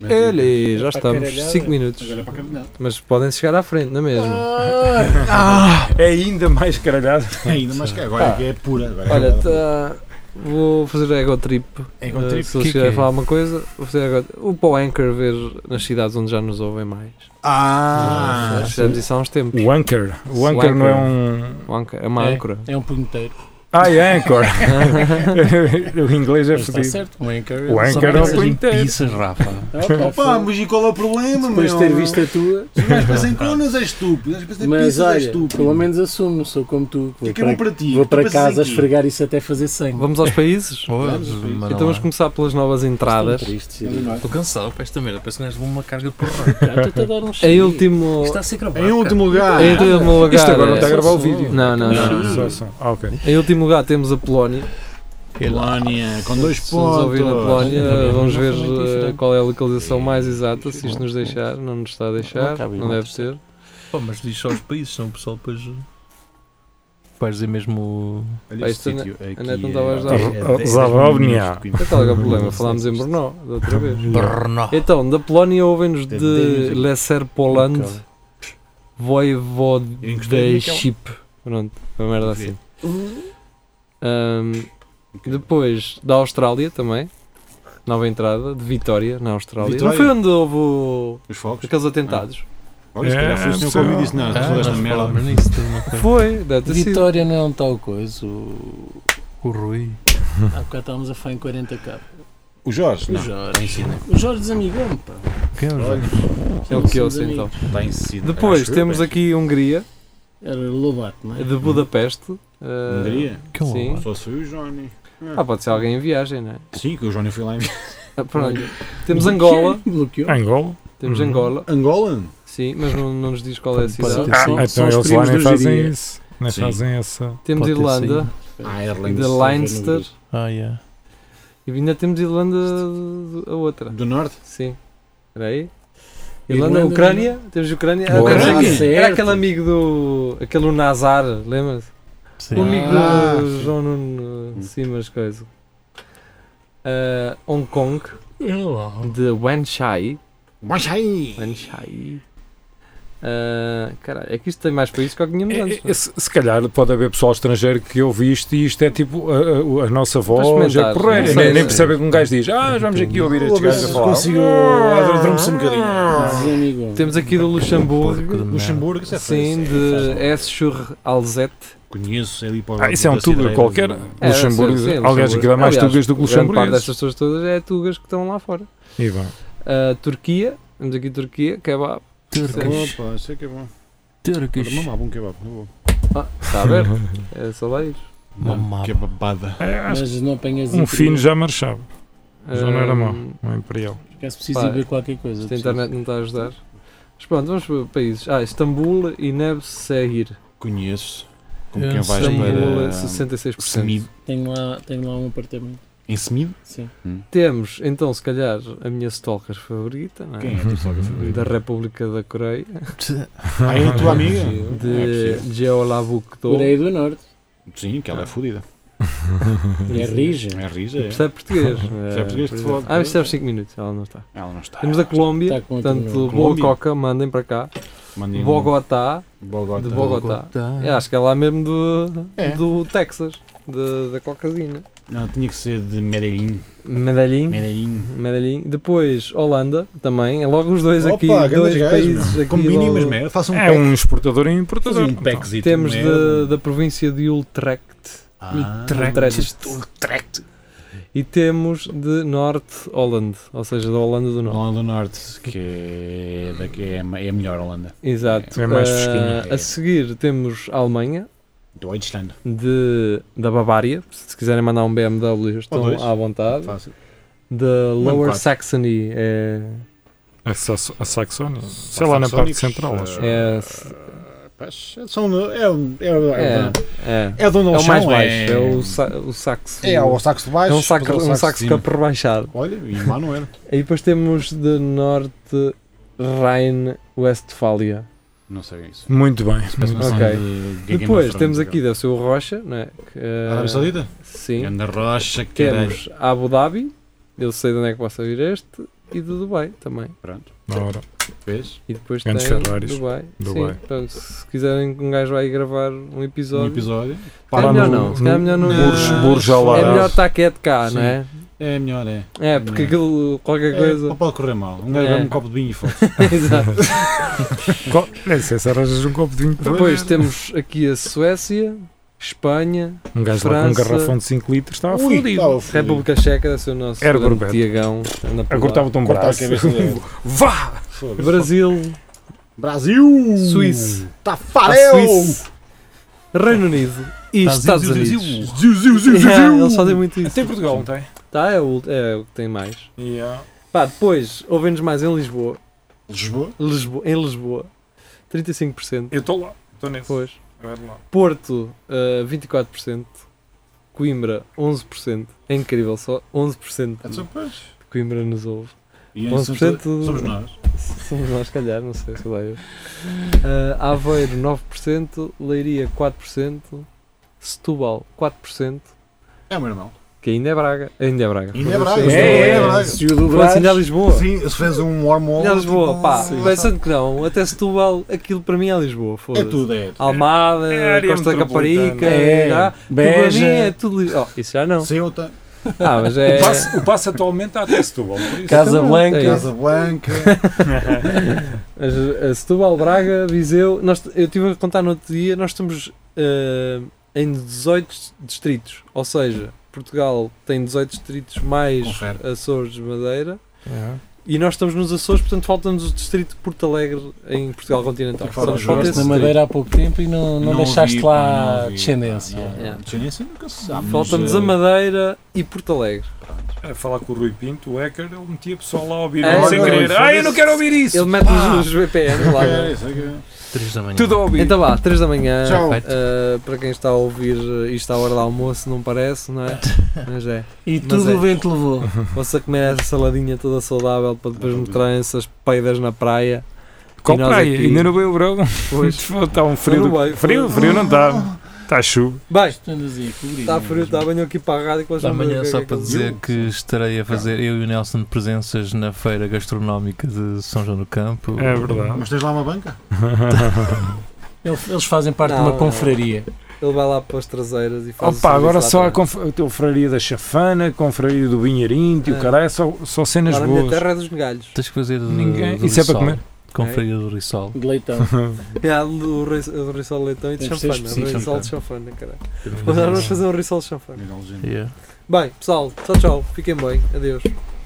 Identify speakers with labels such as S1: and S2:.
S1: Ele, já estamos, 5 minutos.
S2: É Agora é para caralhada.
S1: Mas podem chegar à frente, não é mesmo?
S3: É ainda mais caralhado.
S2: Ainda, mas que agora é que é pura. Agora é
S1: Olha,
S2: caralhada.
S1: tá- vou fazer ego trip.
S3: Ego
S1: Eh,
S3: trip,
S1: Se eles
S3: que que
S1: quiserem
S3: é?
S1: falar alguma coisa, vou fazer ego O Paul Anchor ver nas cidades onde já nos ouvem mais.
S3: Ah!
S1: Nós fizemos isso há uns tempos.
S3: O Anchor. O
S1: O
S3: Anchor não é
S1: Anchor.
S3: um.
S1: O Anchor- É uma
S4: É.
S1: âncora.
S4: É um punheteiro.
S3: Ai, Anchor! o inglês é
S4: Mas está
S3: fodido.
S4: certo, o Anchor.
S3: O
S4: Só
S3: Anchor
S4: para
S3: é um
S4: essas
S3: punheteiro.
S4: limpezas, Rafa.
S2: Opa, mas e qual é o problema,
S5: Depois de
S2: meu?
S5: ter visto a tua,
S2: Os gajos pensam em clonas é estúpido. Os gajos pensam em
S4: Mas
S2: pizzas é
S4: olha,
S2: estúpido.
S4: pelo menos assumo, sou como tu.
S2: O que
S4: Vou
S2: é que é bom
S4: para,
S2: para ti?
S4: vou
S2: Tu
S4: para
S2: pensas em
S4: casa
S2: quê?
S4: esfregar isso até fazer sangue.
S1: Vamos aos países?
S6: mas
S2: Vamos,
S1: Então
S6: não
S1: vamos começar pelas novas entradas.
S5: triste.
S2: Não, não é?
S6: Estou cansado para esta merda, parece que nós levou uma carga de porra. É tipo,
S4: Estou-te a dar um
S1: Em
S4: cheiro.
S1: último,
S4: Isto está a ser gravado.
S2: Em último lugar,
S1: em último lugar.
S3: Isto agora não
S1: é-
S3: está a gravar o vídeo.
S1: Não, não, não.
S3: Só, só. Ah, ok.
S1: Em último lugar temos a Polónia.
S2: Polónia, com dois
S1: Se nos
S2: pontos.
S1: ouvir na Polónia,
S4: Olha,
S1: vamos
S4: não
S1: ver
S4: foi muito
S1: eh,
S4: diferente.
S1: qual é a localização mais exata. Se isto nos deixar, não nos está a
S5: Não
S1: deixar,
S5: cabe
S1: não
S5: uma
S1: deve ser.
S6: Pô, mas diz só os países, senão o pessoal depois. Vais dizer mesmo.
S1: Olha, este sítio a net não estava a ajudar.
S3: é Zabrovnia.
S1: É tal
S2: tipo,
S1: que é o problema, falámos em Brno da outra vez.
S4: É.
S6: Brno!
S1: Então, da Polónia ouvem-nos de
S5: Entendi.
S1: Lesser Poland,
S2: Eu encostei naquela.
S1: Voivodeship. Pronto, uma merda assim. Ahm, depois da Austrália também, nova entrada, de Vitória, na Austrália. Não
S2: Vitória?
S1: foi onde houve o-
S2: Os fogos?
S1: aqueles atentados?
S2: Olha, se calhar
S1: É,
S2: foi o senhor que ouviu e disse, não, tu falaste na merda.
S6: nisso, tu não foi?
S1: Foi, deve ter sido.
S4: Vitória não é um tal coisa. o-
S6: Tá O Rui.
S4: Há bocado estávamos a falar em 40k.
S2: O Jorge?
S4: O
S2: Não, é?
S4: Jorge.
S6: né?
S4: O Jorge desamigou-me, pá.
S6: Quem é o Jorge?
S1: É o que eu sei então.
S2: está em Sicília.
S1: Depois
S2: Acho eu,
S1: temos
S2: bem.
S1: aqui Hungria,
S4: Era Lobato, não é?
S1: de Budapeste. ah,
S2: Hungria?
S6: Quem é o
S1: Sim.
S6: Jorge?
S2: Só se foi o Johnny.
S1: Ah, pode ser alguém em viagem, não é?
S2: Sim, que o Johnny foi lá em.
S1: Ah, pronto. Temos Angola,
S4: Bloqueou.
S3: Angola?
S1: temos
S3: Uhum.
S1: Angola,
S2: Angola?
S1: sim, mas não, não nos diz qual é a
S4: Pode
S1: cidade.
S4: ser.
S3: Ah,
S4: São- são
S3: então
S4: os
S3: eles lá
S4: primos
S3: nem
S4: do
S3: fazem
S4: Giria.
S3: isso. Nem
S2: Sim.
S3: fazem essa.
S1: Temos
S6: Pode ter
S1: Irlanda,
S6: saído.
S2: Ah,
S1: de
S2: Irlanda.
S1: Leinster,
S6: Ah, yeah.
S1: e ainda temos Irlanda a outra.
S2: Do Norte?
S1: Sim. Espera aí. Irlanda,
S4: Irlanda,
S1: Ucrânia, temos Ucrânia. Ah,
S3: Boa.
S1: temos
S2: Ah,
S1: aqui-
S4: certo.
S1: Era aquele amigo do. aquele o Nazar, lembra-se?
S6: Sim.
S1: O amigo
S2: Ah,
S1: do João Nuno Simas, coisa. Ah, Hong Kong,
S4: É
S1: de Wanchai.
S2: Mas aí!
S1: Wanchai. Ah, caralho, é que isto tem mais países que o que tínhamos antes.
S3: É, é, se, se calhar pode haver pessoal estrangeiro que ouve isto e isto é tipo a, a- a nossa voz é
S1: experimentar,
S3: porreira.
S1: não
S3: Nem,
S1: sei.
S3: nem percebe que um gajo diz, ah, vamos aqui ouvir estes
S2: Vou ver
S3: gajos a
S2: se
S3: falar. Ah,
S2: consigo. Adorme-se um bocadinho.
S4: Desamigou-me.
S1: Temos aqui do Luxemburgo,
S2: Luxemburgo, isso é
S1: sim,
S2: francês.
S1: de S-Sur-Alzette.
S2: Conheço é ali para o
S3: Ah,
S2: lado
S3: isso é um
S2: da
S3: tuga
S2: cidreira.
S3: qualquer.
S1: É,
S3: Luxemburgo.
S1: sim, sim,
S3: Aliás,
S1: Luxemburgo.
S3: aquilo é mais
S1: Aliás, um
S3: tugas do que
S1: grande parte
S3: luxemburgueses.
S1: destas pessoas todas é tugas que estão lá fora.
S3: E vá.
S1: Ah, Turquia, temos aqui Turquia, kebab.
S6: Turcos.
S2: Opa, isso é que é bom.
S6: Turcos.
S2: Não há bom kebab, não vou.
S1: Ah, está aberto. É só lá ir.
S6: Mamá.
S2: Que babada.
S3: É, acho
S4: Mas não apanhas
S3: que um
S4: internet.
S3: fino já marchava. Já não era
S1: Ah,
S3: mau. Um imperial.
S4: Por acaso preciso
S1: Pá,
S4: ir ver qualquer coisa.
S1: Esta internet não está a ajudar. Mas pronto, vamos para países. Ah, Istambul e Neb Sehir.
S2: Conheço. Como
S6: Eu
S2: quem vais
S1: Istambul
S2: para.
S1: é 66%.
S2: Semido.
S4: Tenho lá, tenho lá um apartamento.
S2: Em Semido?
S4: Sim.
S1: Temos, então, se calhar, a minha stalker favorita, não é?
S2: Quem é a tua sogra favorita?
S1: da República da Coreia,
S2: Ah, é a tua amiga? É
S1: de
S2: possível.
S1: Jeolabukdo.
S4: Coreia do Norte.
S2: Sim, que ela é fodida.
S4: É rija.
S2: É rija, é.
S1: Isto é português.
S2: é português,
S1: por
S2: te
S1: exemplo.
S2: fode.
S1: Ah, isto é 5 minutos, ela não está.
S2: Ela não está.
S1: Temos da Colômbia,
S4: Está Tá com outro
S1: portanto,
S4: nome.
S1: Boa
S2: Colômbia.
S1: Coca, mandem para cá.
S2: Mandem um-
S1: Bogotá,
S2: Bogotá.
S1: de Bogotá. Eu acho que é lá mesmo do,
S2: É.
S1: do Texas, de- da Cocasina.
S2: Não, tinha que ser de Medellín.
S1: Medellín.
S2: Medellín.
S1: Medellín. Depois Holanda também. É logo os dois
S2: Opa,
S1: aqui.
S2: grandes
S1: Dois
S2: gajos,
S1: países
S2: meu.
S1: aqui.
S2: Combinem,
S1: logo.
S2: mas merda. Faça um
S3: É
S2: pack.
S3: um exportador e importador.
S2: Faça um
S3: então.
S2: packzito.
S1: Temos de- um
S2: merda.
S1: da província de Utrecht.
S2: Ah,
S1: Utrecht. E temos de Norte Holland, ou seja, da Holanda do Norte.
S2: Holanda do Norte, que é, daqui, é, a- é a melhor Holanda.
S1: Exato.
S3: É mais
S1: Ah,
S3: fresquinho.
S1: a seguir temos a Alemanha,
S2: Deutschland.
S1: de, da Bavária. Se quiserem mandar um BMW, estão
S2: dois.
S1: à vontade.
S2: Fácil.
S1: Da Lower
S2: quatro.
S1: Saxony é
S3: A, Saxo- a Saxónia. Sei lá, na parte
S2: Saxónicos,
S3: central.
S2: eh,
S3: acho.
S1: É,
S2: Pás, eh, são, é, o- é, o- é, o-
S1: é,
S2: é o dono
S1: é o
S2: do
S1: mais
S2: chão,
S1: baixo,
S2: é,
S1: é o, sa o saxo.
S2: é o saxo de
S1: é
S2: baixo.
S1: um saxo,
S2: depois é o
S1: um
S2: saxo
S1: saxo
S2: de cima.
S1: cap rebaixado.
S2: Olha, e lá não era.
S1: E depois temos de norte Rhein-Westfália.
S2: Não sei isso.
S3: Muito bem.
S2: Parece uma
S3: muito
S2: cena
S1: Ok.
S2: de Game of
S1: Depois
S2: Thrones, então.
S1: temos aqui, eh,
S2: aquela.
S1: deve ser o Rocha, não é? Que, eh,
S2: Arábia Saudita?
S1: Sim.
S2: Ganda rocha, caralho.
S1: Temos Abu Dhabi, eu sei de onde é que possa vir este. e do Dubai também.
S2: Pronto,
S3: Na hora.
S2: fez.
S1: E depois
S3: Grandes
S1: tem
S3: Ferraris.
S1: Dubai.
S3: Dubai.
S1: Sim, pronto, se quiserem que um gajo vai gravar um
S2: Um
S1: episódio.
S2: episódio.
S1: É
S3: Lá
S1: melhor
S3: no-
S1: não, se calhar é melhor não.
S3: Burj,
S2: Não.
S3: Burj Al
S1: É
S3: Arab.
S1: melhor estar quieto cá,
S2: Sim.
S1: não é?
S2: É melhor, é.
S1: É, porque
S2: Não.
S1: aquilo, qualquer
S2: É,
S1: coisa.
S2: pode correr mal. Um gajo
S1: É.
S2: bebe um copo de vinho e foda
S1: Exato.
S3: Co- Nem sei se arranjas um copo de vinho para
S1: Depois temos aqui a Suécia, Espanha,
S3: Um gajo lá com um
S1: França.
S3: garrafão de 5 litros estava fodido.
S1: República Checa, deve ser o nosso
S3: Era
S1: grande
S3: Gurbeto.
S1: Tiagão. que anda por lá.
S3: Agora estava-te um
S2: Cortar a
S3: braço.
S2: cabeça dele.
S3: Vá!
S2: Foda-se.
S1: Brasil,
S2: Brasil!
S1: Suíça.
S2: Tá
S1: a
S2: Tafarel!
S1: Suíça, Reino Unido e
S6: Tá, ziu,
S1: Estados
S6: ziu, ziu,
S1: Unidos.
S6: ziu.
S2: Ziu, ziu, ziu, ziu,
S1: Yeah,
S2: ziu.
S1: eles fazem muito isso.
S3: Tem Portugal, não tem?
S1: Tá, é o, é o que tem mais. Pá, depois, ouvem-nos mais em Lisboa.
S2: Lisboa?
S1: Lisboa. Em Lisboa, 35%.
S3: Eu estou lá. Estou nesse.
S1: Depois,
S3: Eu era lá.
S1: Porto, eh, 24%. Coimbra, 11%. É incrível, só 11%
S2: É
S1: de
S2: só pois.
S1: Coimbra nos ouve.
S2: E aí
S1: 11%
S2: somos- Somos nós.
S1: Somos nós, se calhar, não sei, sei lá eu. Eh, Aveiro, 9%. Leiria, 4%. Setúbal, 4%.
S2: É o meu irmão.
S1: Que ainda é Braga. Ainda é Braga.
S2: Ainda é Braga.
S4: É,
S2: é,
S3: é.
S2: Braga.
S4: Se o do
S1: Foda-se, ainda é
S4: Brás,
S1: Lisboa.
S2: Sim, se fez um hormônio.
S1: Ainda é Lisboa, pá.
S2: Sim.
S1: Pensando que não, até Setúbal, aquilo para mim é Lisboa.
S2: É
S1: Foda-se.
S2: tudo, é.
S1: Ah, Almada,
S3: É a área
S1: Costa da
S3: metropolitana.
S1: Caparica,
S4: É.
S1: já.
S4: Beja.
S1: Tudo é tudo li- Oh, isso já não.
S2: Ceuta,
S1: Ah, mas
S3: O
S1: é.
S3: passo, o passo atualmente está até Setúbal. por isso.
S4: Casa Blanca.
S1: É isso.
S2: Casa Blanca.
S1: Mas, uh, Setúbal, Braga, Viseu. Nós, eu estive a contar no outro dia, nós estamos uh, em 18 distritos. Ou seja, Portugal tem 18 distritos mais
S2: Confere.
S1: Açores, Madeira.
S3: É.
S1: E nós estamos nos Açores, portanto falta-nos o distrito de Porto Alegre em Portugal Continental.
S2: Que fala
S1: Portanto,
S2: justo.
S1: falta esse
S4: na
S1: distrito.
S4: Madeira há pouco tempo e não, não,
S2: Não
S4: deixaste
S2: vi, pá,
S4: lá
S2: não vi,
S4: descendência.
S2: pá, não.
S1: Yeah.
S2: Descendência nunca se sabe.
S1: Falta-nos
S2: mas,
S1: a
S2: eh,
S1: Madeira e Porto Alegre.
S3: A É, falar com o Rui Pinto, o Ecker, ele metia pessoal lá a ouvir.
S1: É,
S3: sem
S2: não,
S3: querer.
S2: foda-se.
S3: Ah, eu não quero ouvir isso! Ah,
S1: Ele mete-nos os VPN lá.
S2: É, isso é que é.
S6: 3 da manhã.
S3: Tudo a ouvir.
S1: Então vá, 3 da manhã.
S2: Tchau.
S1: Uh, para quem está a ouvir uh, isto à hora do almoço, não parece, não é? Mas é.
S4: E
S1: Mas
S4: tudo
S1: é.
S4: o vento levou.
S1: Você a comer essa saladinha toda saudável para depois me traem essas peidas na praia.
S3: Qual
S1: E nós
S3: praia?
S1: aqui-
S3: Ainda não veio o verão.
S1: Pois. Tá
S3: Está um frio.
S1: Não
S3: do-
S1: vai,
S3: Frio, frio não está. Está chuva.
S1: Bem,
S4: Tu andas aí, cobrido.
S1: está Tá frio, tá está bem aqui para a rádio com as
S6: Amanhã
S1: é
S6: só para dizer que estarei a fazer eu e o Nelson presenças na feira gastronómica de São João do Campo.
S3: É verdade.
S2: Mas tens lá uma banca?
S4: Eles eles fazem parte
S1: Não,
S4: de
S1: não.
S4: uma confraria.
S1: Ele vai lá para as traseiras e faz. o
S3: Opa, agora
S1: serviço
S3: só
S1: lá
S3: a, conf... a confraria da Chafana, a confraria do Binharim, tio
S1: É.
S3: caralho, só, só cenas
S1: Agora a minha
S3: boas.
S1: terra é dos galhos.
S6: Tens que fazer do,
S3: Ninguém.
S6: do
S3: Isso é para
S6: Rissol.
S3: comer?
S6: Confraria do Rissol.
S4: De leitão.
S1: É a do ri- do risol de leitão e de
S4: Deve ser
S1: chanfana.
S4: específico.
S1: Risol de chanfana, caralho. Mas agora vamos fazer um risol de chanfana.
S2: Legalzinho.
S6: Yeah.
S1: Bem, pessoal, tchau, tchau. Fiquem bem. Adeus.
S6: Yeah.